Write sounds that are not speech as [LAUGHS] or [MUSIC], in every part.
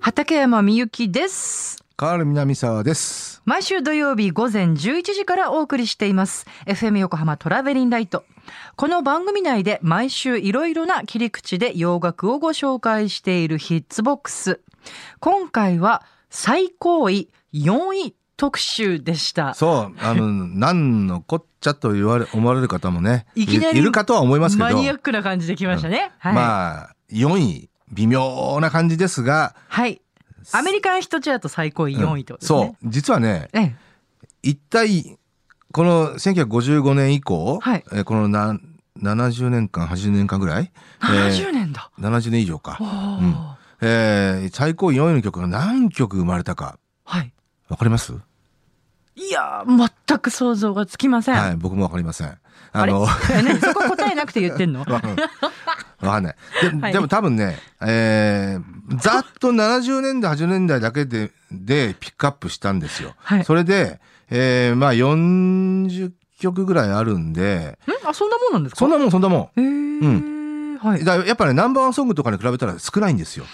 畠山みゆきですカール南沢です。毎週土曜日午前11時からお送りしています FM 横浜トラベリンライトこの番組内で毎週いろいろな切り口で洋楽をご紹介しているヒッツボックス今回は最高位4位特集でしたそう、[LAUGHS] あの、なんのこっちゃと言われ、思われる方もね、いきなりるかとは思いますけど、マニアックな感じできましたね、はい、まあ、4位、微妙な感じですが、はいアメリカンヒットチャート最高位4位ってことですそねう、、実はね、ええ一体、この1955年以降、はいえーこのな70年間、80年間ぐらい、えー70年だ、 70年以上かお、ーえー最高4位の曲が何曲生まれたか、はいわかりますいやー全く想像がつきません、はい、僕もわかりません。ああれの、 [LAUGHS] ね、そこ答えなくて言ってんのわかんない。わかんない。で,、はいでも多分ね、えー、ざっと70年代、80年代だけで、で、ピックアップしたんですよ。はいそれで、えー、まあ40曲ぐらいあるんで、んあそんなもんなんですかそんなもんそんなもへえ、はん。いだからやっぱね、ナンバーワンソングとかに比べたら少ないんですよ。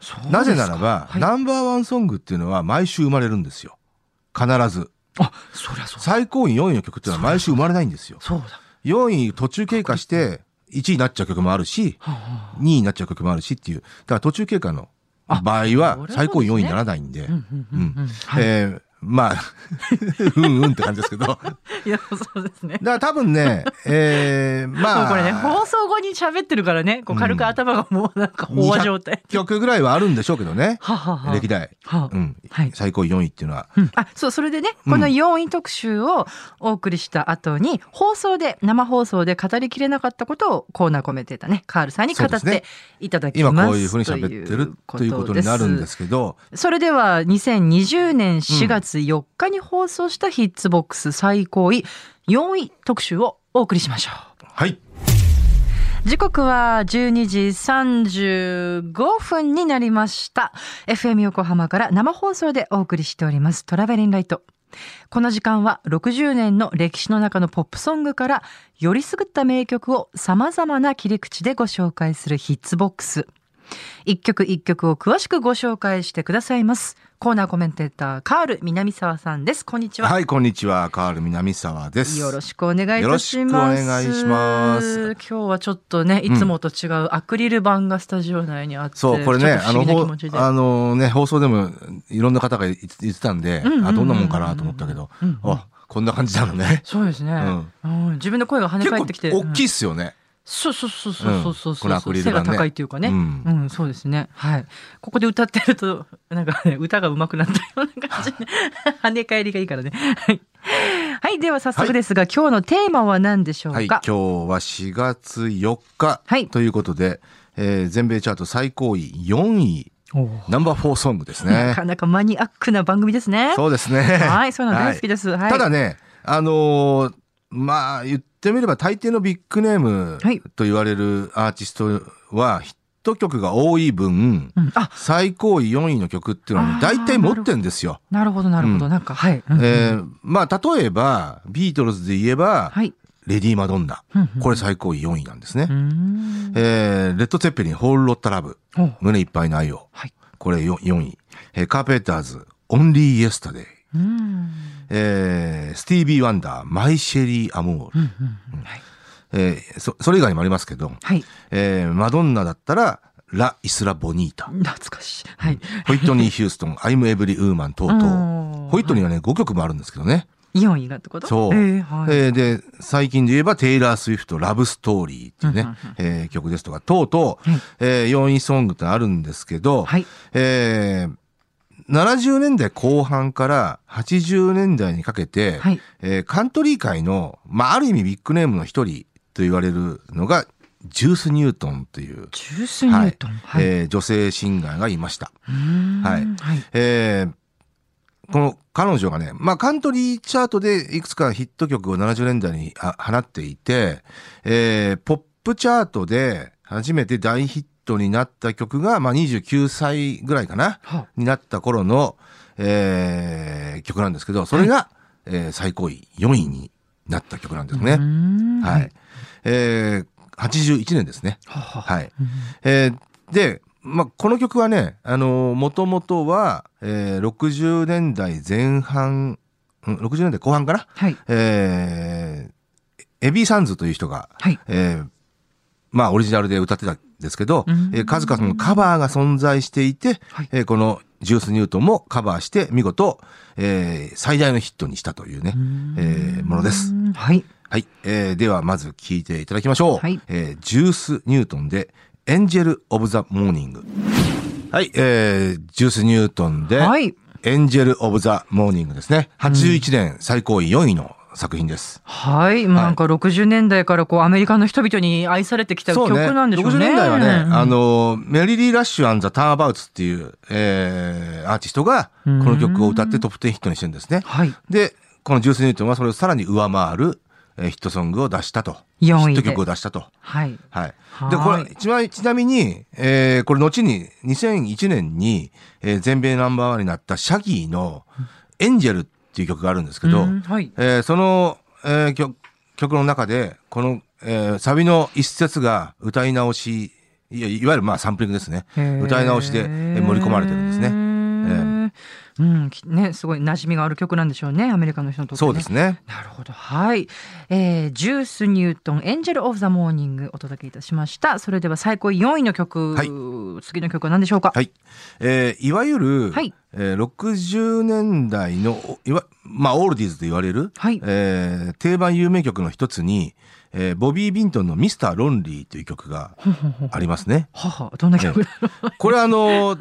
そうですかなぜならば、はいナンバーワンソングっていうのは毎週生まれるんですよ。必ず。あそりゃそうだ最高位4位の曲っていうのは毎週生まれないんですよ。そうだ、 4位途中経過して、1位になっちゃう曲もあるし、はあは2位になっちゃう曲もあるしっていう。だから途中経過の場合はあ最高4位にならないんで。あ、うんうんうんうんはいえーまあ、 [LAUGHS] うんうんって感じですけど。だかいやそうですねら多分ね、えーもまうあ、これね放送後に喋ってるからねこう軽く頭がもうなんか飽和状態、曲ぐらいはあるんでしょうけどね。ははは歴代。はあうんはい最高4位っていうのは。うんあそうそれでねこの4位特集をお送りした後に、放送で生放送で語りきれなかったことをコーナーコメンテーターねカールさんに語っそうですねていただきます今こういうふうに喋ってるということになるんですけど、それでは2020年4月4日に放送したヒッツボックス最高位4位特集をお送りしましょはい。う時刻は12時35分になりました FM 横浜から生放送でお送りしておりますトラベリンライトこの時間は60年の歴史の中のポップソングからよりすぐった名曲を様々な切り口でご紹介するヒッツボックス一曲一曲を詳しくご紹介してくださいますコーナーコメンテーターカール南沢さんですこんにちは、はい、こんにちは。カール南沢です。よろしくお願いいたします。よろしくお願いします今日はちょっとね、いつもと違うアクリル板がスタジオ内にあって、そう、これね、ちょっとあ不の、思議な気ほ持ちで。あのね、放送でもいろんな方が言って言ってたんでんうんうんう、んあ、どんなもんかなと思ったけどうんうん、。あ、こんな感じなのね [LAUGHS] そうですね、うん自分の声が跳ね結返構ってきて、大きういんっすよね。そうそうそうそうそうそううんこのアクリ背ル板がね高いというかね、ううんん、そうですね、はい、ここで歌ってると、なんかね、歌が上手くなったような感じで、跳ね返りがいいからね。はい、はい、では早速ですが、今日のテーマは何でしょうか。はい、今日は4月4日はいということで、えー全米チャート最高位4位、おーナンバー4ソングですなねか。なかマニアックな番組ですね。そうですね。はい、そういうの大好きです。はい、ただね、あのーまあ言ってみれば大抵のビッグネームはいと言われるアーティストはヒット曲が多い分、うん、あ最高位4位の曲っていうのはねあー大体持ってんですよ。なるほどなるほど、うなんかはい、うんえーまあ例えばビートルズで言えば、はい、レディー・マドンナうんうんこれ最高位4位なんですね。うーんえーレッド・ツェッペリン「ホール・ロッタ・ラブお」胸いっぱいの愛をはいこれ 4, 4位、えーカーペンターズ「オンリー・イエスタデイうーん」えースティービー・ワンダー「マイ・シェリー・アモールうんうんはい、」えーそそれ以外にもありますけど、はい、えーマドンナだったら「ラ・イスラ・ボニータ」懐かしいはいホイットニー・ヒューストン「アイム・エブリ・ウーマン」等おー々ホイットニーはね5曲もあるんですけどね、イオンイがってことそう、えーはいえーで最近で言えばテイラー・スウィフト「ラブ・ストーリー」っていうね、えー曲ですとか等々、はいえー4位ソングってあるんですけど、はいえー70年代後半から80年代にかけて、はいえーカントリー界の、まあ、ある意味ビッグネームの一人と言われるのがジュース・ニュートンという、ジュースニュートンはいえー女性シンガーがいました。うーんはいはいえーこの彼女がね、まあ、カントリーチャートでいくつかヒット曲を70年代にあ放っていて、えーポップチャートで初めて大ヒットになった曲が、まあ、29歳ぐらいかな、はになった頃の、えー曲なんですけど、それが、えー最高位4位になった曲なんですね。うーんはい。えー81年ですね。はははい。えーで、まあ、この曲はね、あのもともとは、えー60年代前半、うん60年代後半かな、はい。えーエビーサンズという人が、はい。えーまあ、オリジナルで歌ってたんですけど、うんえー数々のカバーが存在していて、はいえーこのジュース・ニュートンもカバーして、見事、えー最大のヒットにしたというね、えーものです。。はい。はい。えーでは、まず聞いていただきましょう。はいえージュース・ニュートンで、エンジェル・オブ・ザ・モーニング。はい。えージュース・ニュートンで、はい。エンジェル・オブ・ザ・モーニングですね。81年最高位4位の作品です。はい。まあなんか60年代からこうアメリカの人々に愛されてきた曲なんでしょうね。 60年代はね、うんあの、メリリー・ラッシュ・アン・ザ・ターン・アバウツっていう、えーアーティストが、この曲を歌ってトップ10ヒットにしてるんですね。はい。で、このジュース・ニュートンはそれをさらに上回る、えーヒットソングを出したと。ヒ4位でット曲を出したと。はい。はい。で、こはいれ、ちなちなみに、えーこれ後に2001年に、えー全米ナンバーワンになったシャギーのエンジェルっていう曲があるんですけど、うんはい。えーその、えー曲曲の中で、この、えーサビの一節が歌い直し、いやいわゆるまあサンプリングですね。歌い直しでえー盛り込まれてるんですね。ね。うん、きね、すごい馴染みがある曲なんでしょうね、アメリカの人にとって、ね。そうですね。なるほど。はい。えージュース・ニュートン、エンジェル・オブ・ザ・モーニングお届けいたしました。それでは最高位4位の曲、はい次の曲は何でしょうか、はい。えーいわゆる、はいえー60年代の、おいわ、まあ、オールディーズと言われる、はいえー定番有名曲の一つに、えーボビー・ビントンのミスター・ロンリーという曲 [LAUGHS] がありますね。はは、どんな曲だろう、これあの、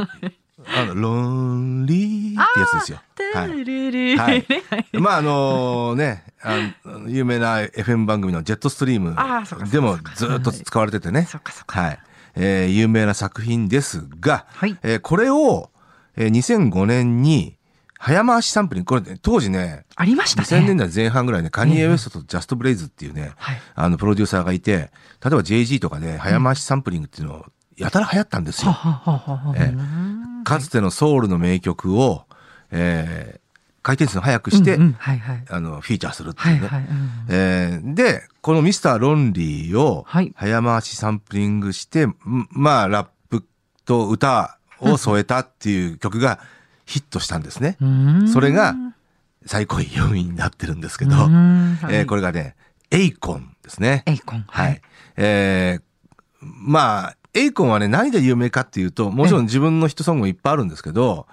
あの、ロンリーってやつですよ。はい [LAUGHS] テレレレはい。まああのね、あの有名な FM 番組のジェットストリームあーそうかそうかでもずっと使われててねそ。っかそっか。はい。えー有名な作品ですが、はいえーこれを、えー2005年に早回しサンプリング、これ、ね、当時ね、ありました2000年ね。代前半ぐらいね、カニエ・ウエストとジャスト・ブレイズっていうね、はいあの、プロデューサーがいて、例えば JG とかで早回しサンプリングっていうのをやたら流行ったんですはよ。はははは。ええうんかつてのソウルの名曲を、えー回転数を速くして、うんうんはいはい。あの、フィーチャーするってはいいうね。はい。うんえーで、このミスターロンリーをはい早回しサンプリングして、んまあ、ラップと歌を添えたっていう曲がヒットしたんですね。うんそれが最高位4位になってるんですけど、うんえーこれがね、エイコンですね。エイコン。はい。。えーまあ、エイコンはね、何で有名かっていうと、もちろん自分のヒットソングもいっぱいあるんですけど、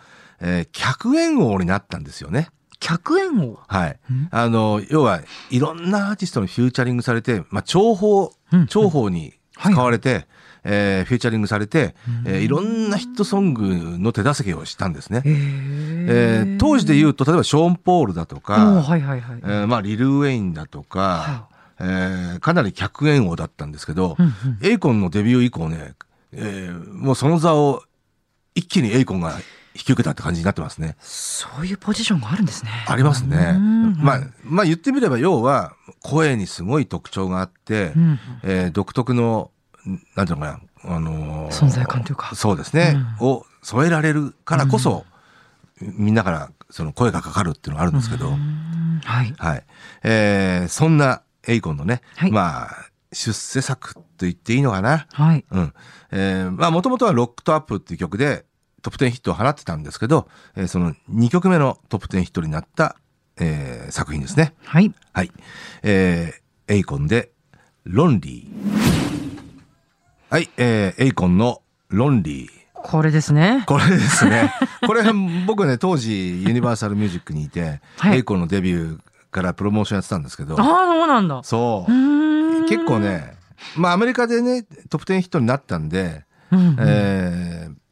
えー客演王になったんですよね。客演を。はいん。あの、要は、いろんなアーティストにフューチャリングされて、まあ、重宝うん、重宝に使われて、えーフューチャリングされて、えーいろんなヒットソングの手助けをしたんですね。えー当時でう言うと、例えばショーン・ポールだとんか、はいはいはい。えーまあ、リル・ウェインだとか、えーかなり客演王だったんですけどう、んうんエイコンのデビュー以降ね、えーもうその座を一気にエイコンが引き受けたって感じになってますね。そういうポジションがあるんですね。ありますね。うんまあ、まあ言ってみれば要は声にすごい特徴があって、うんえー独特の、なんていうのかな、あのー存在感というかそうですね、を添えられるからこそ、みんなからその声がかかるっていうのがあるんですけど、うんはい。はい。えーそんなエイコンのね、はいまあ、出世作と言っていいのかな。はい。うん。えーまあ、もともとはロックとアップっていう曲でトップ10ヒットを放ってたんですけど、えーその2曲目のトップ10ヒットになった、えー作品ですね。はい。はい。えーエイコンで、ロンリー。はい、えーエイコンのロンリー。これですね。これです [LAUGHS] ね。これ、僕ね、当時、ユニバーサルミュージックにいて、はいエイコンのデビューからプロモーションやってたんですけどああ、、そうなんだ。そうう。ーん結構。ね、まあ、アメリカでね、トップ10ヒットになったんで、うんうんえー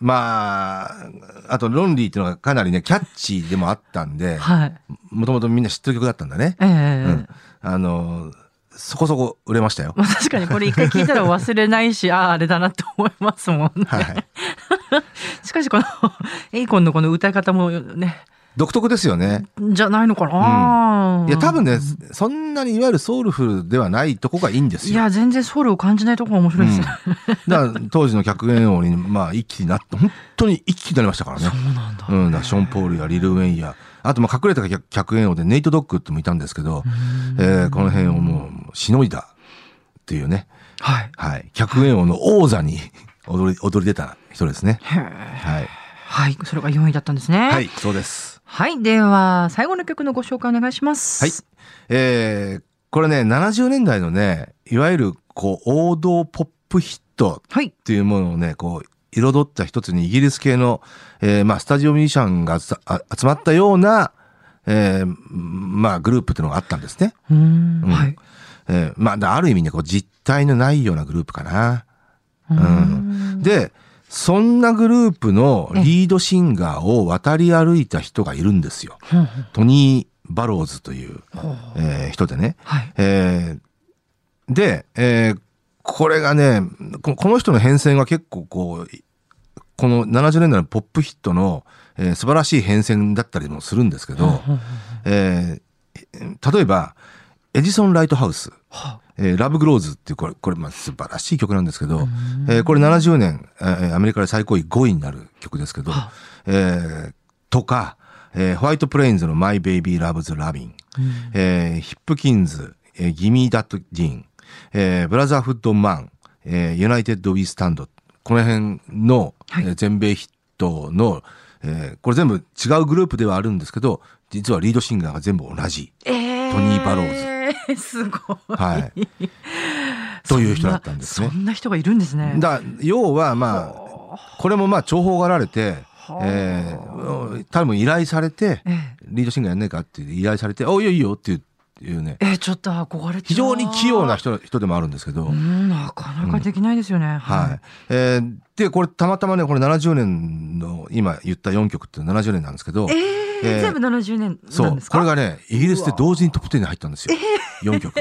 まあ、あと、ロンリーっていうのがかなりね、キャッチーでもあったん [LAUGHS] で、はい。もともとみんな知ってる曲だったんだね。えうえん。あの、そこそこ売れましたよ。まあ確かにこれ一回聞いたら忘れないし、ああ、あれだなと思いますもんね。はい。しかしこの、 [LAUGHS] エイコンのこの歌い方もね、独特ですよね。じゃないのかな、いや、多分ね、そんなにいわゆるソウルフルではないとこがいいんですいよ。や、全然ソウルを感じないとこが面白いですね。だから、当時の客演王に、まあ、一気になって、本当に一気になりましたからね。そうなんだ。うん、だからショーン・ポールやリル・ウェインや、あと、まあ、隠れた客客演王でネイト・ドッグってもいたんですけど、えーこの辺をもう、しのいだっていうね、はい。はい、百円王の王座に [LAUGHS] 踊り踊り出た人ですね。へーはい、はい。それが4位だったんですね。はい、そうです。はい。では、最後の曲のご紹介お願いします。はい。えーこれね、70年代のね、いわゆるこう王道ポップヒットはい。っていうものをね、こう、彩った一つにイギリス系の、えーまあ、スタジオミュージシャンが集あ集まったような、えーまあ、グループっていうのがあったんですね。うーん。うんはい。えーまあ、だある意味ね、こう、実体のないようなグループかな。うーん。で、そんなグループのリードシンガーを渡り歩いた人がいるんですよ。ふんふんトニー・バローズという、ほうえー人でね。はい。えーで、えーこれがね、ここの人の変遷が結構こう、いこの70年代のポップヒットの、えー素晴らしい変遷だったりもするんですけど、えー例えば、エジソン・ライトハウス、はえーラブ・グローズっていう、これ、これ、まあ、素晴らしい曲なんですけど、んえーこれ70年、えーアメリカで最高位5位になる曲ですけどは、えーとか、えーホワイト・プレインズのマイ・ベイビー・ラブズ・ラビン、うんえーヒップキンズ、えーギミー・ダット・ディーン、えーブラザーフッド・マン、えーユナイテッド・ウィ・スタンド、この辺の、はいえー全米ヒットの、えーこれ全部違うグループではあるんですけど、実はリードシンガーが全部同じ。えートニーバロすごい。はい。 [LAUGHS] という人だったんですねそんなそんな人がいるんですね。だ要はまあ、はこれもまあ重宝がられて、はあえー多分依頼されてあ、えリードシンガーやんねえかって依頼されて、おいいよいいよっていういうね、ええちょっと憧れちゃう非常に器用な。人人でもあるんですけど、うん、なかなかできないですよね。はい。えーで、これたまたまね、これ70年の、今言った4曲って70年なんですけど、えええー全部70年そなんうです、かこれがね、イギリスで同時にトップ10に入ったんですよ。4曲。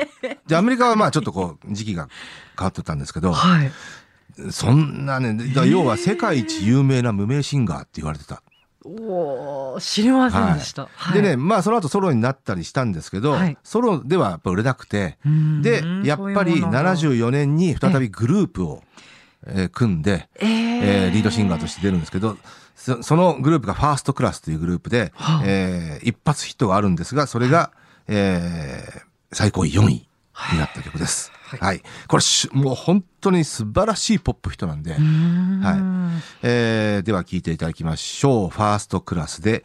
で、アメリカはまあちょっとこう、時期が変わってたんですけど、はい。そんなね、でだから要は世界一有名な無名シンガーって言われてた。おお知りませんでした。はいでね、、まあその後ソロになったりしたんですけど、はいソロではやっぱ売れなくて、うんで、やっぱり。そういうもの74年に再びグループを、えー組んで、ええーリードシンガーととして出るんですけど、そそのグループがファーストクラスというグループで、はあえー一発ヒットがあるんですが、それが、えー最高位4位になった曲です。ははいい。これし、もう本当に素晴らしいポップヒットなんで、はえーでは聴いていただきましょう。ファーストクラスで、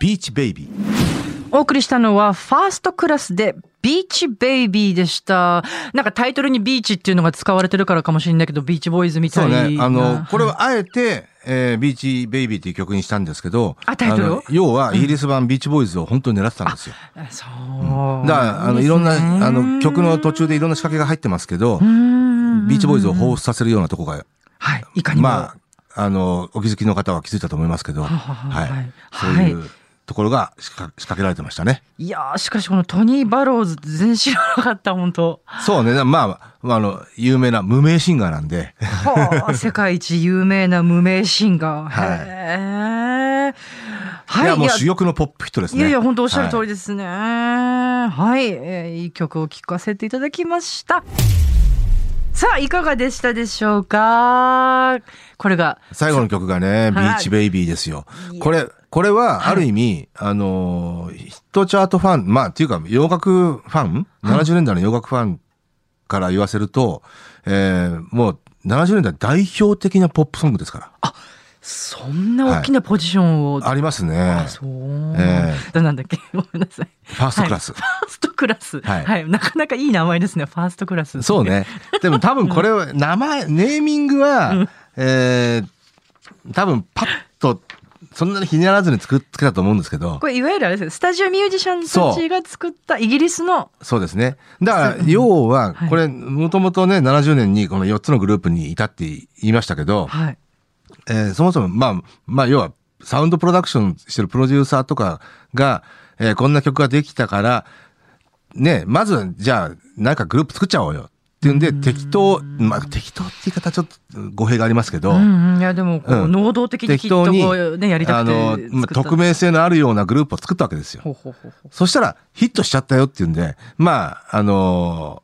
ビーチベイビー。い。お送りしたのは、ファーストクラスで、ビーチベイビーでした。なんかタイトルにビーチっていうのが使われてるからかもしれないけど、ビーチボーイズみたそういな。ね。あの、これはあえて、えービーチベイビーっていう曲にしたんですけど、あタイトルをあの要はイギリス版ビーチボーイズを本当に狙ってたんですよ。あそう。だから、あの、いろんな、あの、曲の途中でいろんな仕掛けが入ってますけど、ビーチボーイズをほ彷彿させるようなとこが、はい。いかにも。まあ、あの、お気づきの方は気づいたと思いますけど、はははははいい。そういうところが仕掛仕掛けられてましたね。いやー、しかしこのトニー・バローズ全然知らなかった、本当 [LAUGHS] そうね、まあ、まああの、有名な無名シンガーなんで、はあ、世界一有名な無名シンガー。はいへえ。はいい。や、もうい主力のポップヒットですいね。やいや、本当おっしゃる通りり。ですね。はい、えーいい曲を聴かせていただきました。さあ、いかがでしたでしょうかこれが、最後の曲がね、ビはいーチベイビーですよい。やこれ、これは、ある意味、あのー、ヒットチャートファン、まあ、っていうか、洋楽ファン ?70 年代の洋楽ファンから言わせると、えーもう、70年代代表的なポップソングですから。そんな大きなポジションを、ありますねあ。そう、えだなんだっけ [LAUGHS] ごめんなさい。ファーストクラス。ファーストクラス。は、はいいなかなかいい名前ですね。ファーストクラス。そう。ね。でも多分これは、名前、ネーミングは、えー多分パッと、そんなにひねらずに作っつけたと思うんですけどこ、れいわゆるあれですよスタジオミュージシャンたちが作ったイギリスのそうですね。だかうら、ん要ははい、これ、もともとね、70年にこの4つのグループにいたって言いましたけど、はいえーそもそも、まあ、まあ、要は、サウンドプロダクションしてるプロデューサーとかが、えーこんな曲ができたから、ね、まず、じゃあ、なんかグループ作っちゃおうよ。っていうんで、適当、まあ、適当って言い方ちょっと語弊がありますけど、うんうん、いやでもこう、うん能動的にき適っと当に、こうねやりたあくての作、まっあた匿名性のあるようなグループを作ったわけですよ。ほうほうほうほうそしたらヒットしちゃったよっていうんで、まあ、あの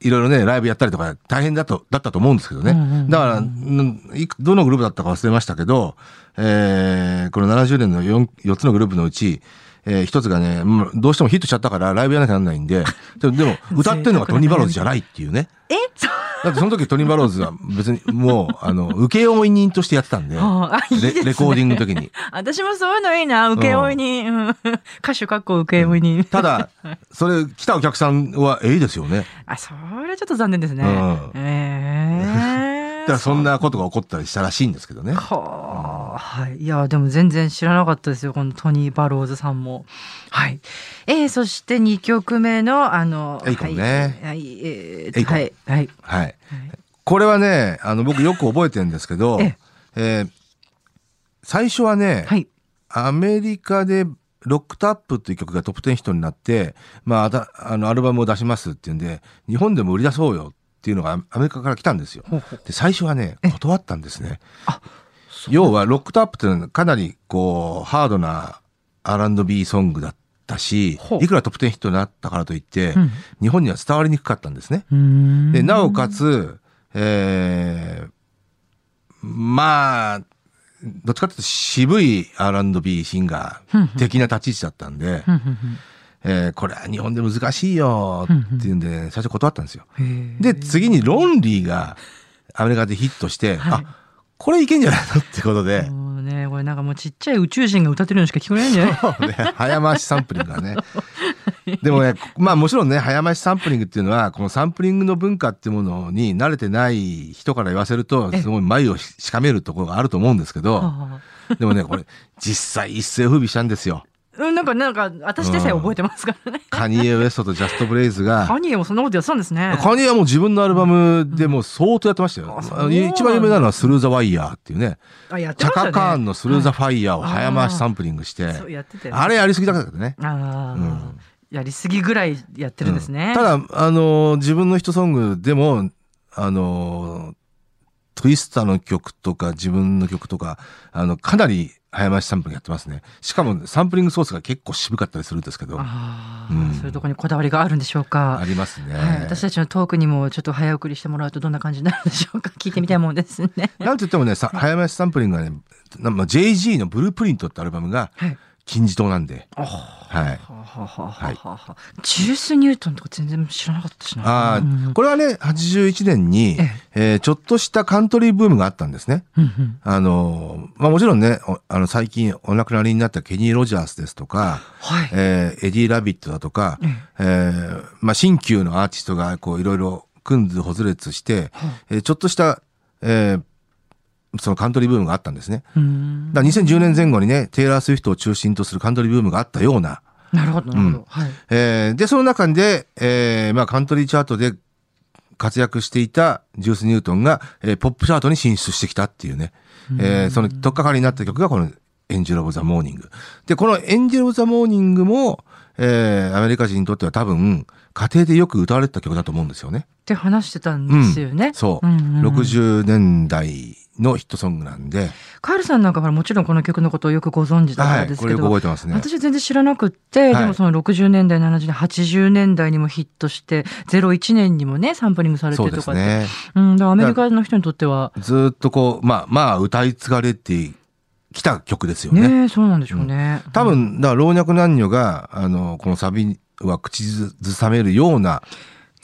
ーいろいろね、ライブやったりとか大変だと、だったと思うんですけどね。うんうんうんだからうん、いくどのグループだったか忘れましたけど、えーこの70年の 4, 4つのグループのうち、えー一つがね、もうどうしてもヒットしちゃったからライブやらなきゃなんないんで、でも、で [LAUGHS] も歌ってるのがトニー・バローズじゃないっていうね。えそうだってその時トニー・バローズは別にもう、あの、請負人としてやってたんで、 [LAUGHS] あいいですねレレコーディングの時に。 [LAUGHS] 私もそういうのいいな、請負人。うん [LAUGHS] 歌手かっこ請負人。ただ、それ来たお客さんは、ええですよね。 [LAUGHS] あ、それちょっと残念ですね。うんええ [LAUGHS] だからそんなことが起こったりしたらしいんですけどね。はあ、はい。いや、でも全然知らなかったですよ。このトニー・バローズさんも。はい。えー、そして2曲目の、あの、エイコンねはい。はい、えエーイコンはい。はい。はい。これはね、あの、僕よく覚えてるんですけど、 [LAUGHS] ええー最初はね、はい。アメリカでロックトアップという曲がトップ10ヒットになって、まあ、あたあのアルバムを出しますっていうんで、日本でも売り出そうよっていうのがアアメリカから来たんですよ。ほうほうで、最初はね、断ったんですね。あ要は、ロックトアップっていうのはかなりこう、ハードな R&B ソングだったしほ、ういくらトップ10ヒットになったからといって、うん日本には伝わりにくかったんですね。うーんで、なおかつ、えー、まあ、どっちかというと渋い R&B シンガー的な立ち位置だったんでう、んうんえーこれは日本で難しいよっていうんで、最初断ったんですよ。 [LAUGHS] うんへーで、次にロンリーがアメリカでヒットして、はいあ、これいけんじゃないのってことで、もうね、これなんかもうちっちゃい宇宙人が歌ってるのしか聞こえないんじゃないそうね、早回しサンプリング [LAUGHS] がね。でもね、まあもちろんね、早回しサンプリングっていうのは、このサンプリングの文化っていうものに慣れてない人から言わせると、ええすごい眉をしかめるところがあると思うんですけど、あでもね、これ、実際一世を風靡したんですよ。あ [LAUGHS] うん、なんか、なんか、私でさえ覚えてますからね。カニエ・ウエストとジャスト・ブレイズがカ、ニエもそんなことやってたんですね。カニエはもう自分のアルバムでもう相当やってましたよ。あそうあの一番有名なのはスルー・ザ・ワイヤーっていうね、あ、やってチャましたカ・ね。カーンのスルー・ザ・ファイヤーをはい早回しサンプリングして、そうやってて。あれやりすぎだからね。ああ、うんやりすぎぐらいやってるんですね。うんただ、あのー自分のヒットソングでも、あのートゥイスターの曲とか自分の曲とか、あの、かなり早回しサンプリングやってますね。しかもサンプリングソースが結構渋かったりするんですけど、あああ、うんそういうとこにこだわりがあるんでしょうか。りますね。はい、私たちのトークにもちょっと早送りしてもらうとどんな感じになるんでし [LAUGHS] ょうか聞いてみたいもんですね。なんと言ってもね、さ早回しサンプリングはね、なまあ、JG のブループリントってアルバムがはい。金字塔なんで、おーははい。ははははジュース・ニュートンとか全然知らなかったしな。あうんーこれはね、81年にえ、えーちょっとしたカントリーブームがあったんですね。うんうんあの、まあ、もちろんね、おあの、最近お亡くなりになったケニー・ロジャースですとか、はい。えーエディ・ラビットだとか、えーまあ、新旧のアーティストが、こう、いろいろ、組んずほずれつして、えーちょっとした、えーそのカントリーブームがあったんですね。うーんだから2010年前後にね、テイラー・スウィフトを中心とするカントリーブームがあったような、なるほど、なるほど。はい。えーで、その中で、えーまあ、カントリーチャートで活躍していたジュース・ニュートンが、えーポップチャートに進出してきたっていうね。えーその、とっかかりになった曲がこの、エンジェル・オブ・ザ・モーニング。で、このエンジェル・オブ・ザ・モーニングも、えーアメリカ人にとっては多分、家庭でよく歌われてた曲だと思うんですよね。って話してたんですよね。そう。んんん60年代のヒットソングなんで、カエルさんなんかほらもちろんこの曲のことをよくご存知だからはでい、すこけれよくど、覚えてますね。私は全然知らなくって、はいでもその60年代、70年、80年代にもヒットして、01年にもね、サンプリングされてそうとかですって。ね。うん、だからアメリカの人にとっては、ずーっとこう、まあ、まあ、歌い継がれてきた曲ですよね。ねそうなんでしょうね。多分、だから老若男女が、あの、このサビは口ずさめるような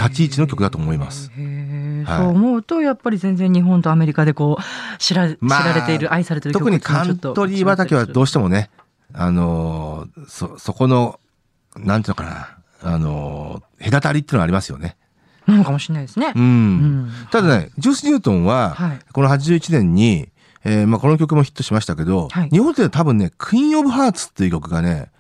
立ち位置の曲だと思います。へーはいそう思うと、やっぱり全然日本とアメリカでこう、知ら知まあられている、愛されている曲特にカントリー畑はどううしてもね、あのー、そ、そこの、なんていうのかな、あのー、隔たりっていうのはありますよね。なのかもしれないですねう。ん。うんただね、ジュース・ニュートンは、はいこの81年に、えーまあ、この曲もヒットしましたけど、はい日本では多分ね、クイーン・オブ・ハーツっていう曲がね、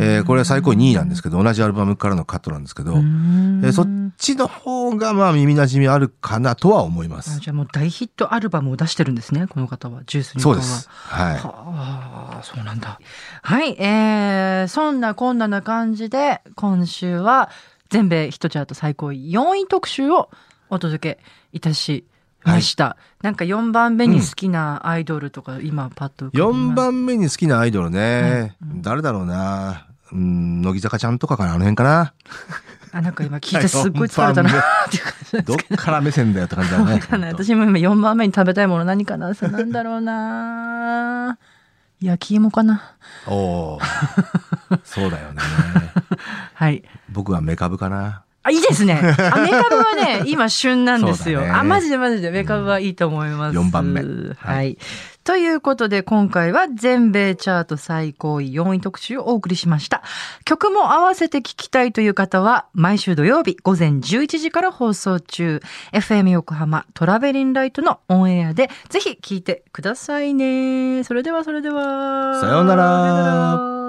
えーこれは最高2位なんですけど、同じアルバムからのカットなんですけど、うんえーそっちの方がまあ耳馴染みあるかなとは思いまあす。じゃあもう大ヒットアルバムを出してるんですね、この方は。ジュースにそうです。ははあ、そうなんだ。はい、えー、そんなこんなな感じで、今週は全米ヒットチャート最高4位特集をお届けいたしました。なんか4番目に好きなアイドルとか、今パッと浮い。かび4ます番目に好きなアイドルね。誰だろうな。うん、乃木坂ちゃんとかかな、あの辺 [LAUGHS] かな。あ、なんか今聞いてすっごい疲れたな四番っていう感じなんでどすっけど。から目線だよって感じだ [LAUGHS] ね。わかんない。ほんと私も今4番目に食べたいもの何かなそうなんだろうな焼き芋かなおーそうだよね。はい。僕はメカブかな。あ、いいですね。あ、 [LAUGHS] メカブはね、今旬なんですよ。そうだねあ、マジでマジでメカブはいいと思います。うん四番目はい。ということで、今回は全米チャート最高位4位特集をお送りしました。曲も合わせて聞きたいという方は、毎週土曜日午前11時から放送中、FM 横浜トラベリンライトのオンエアで、ぜひ聞いてくださいね。それでは、それでは。さようならさようなら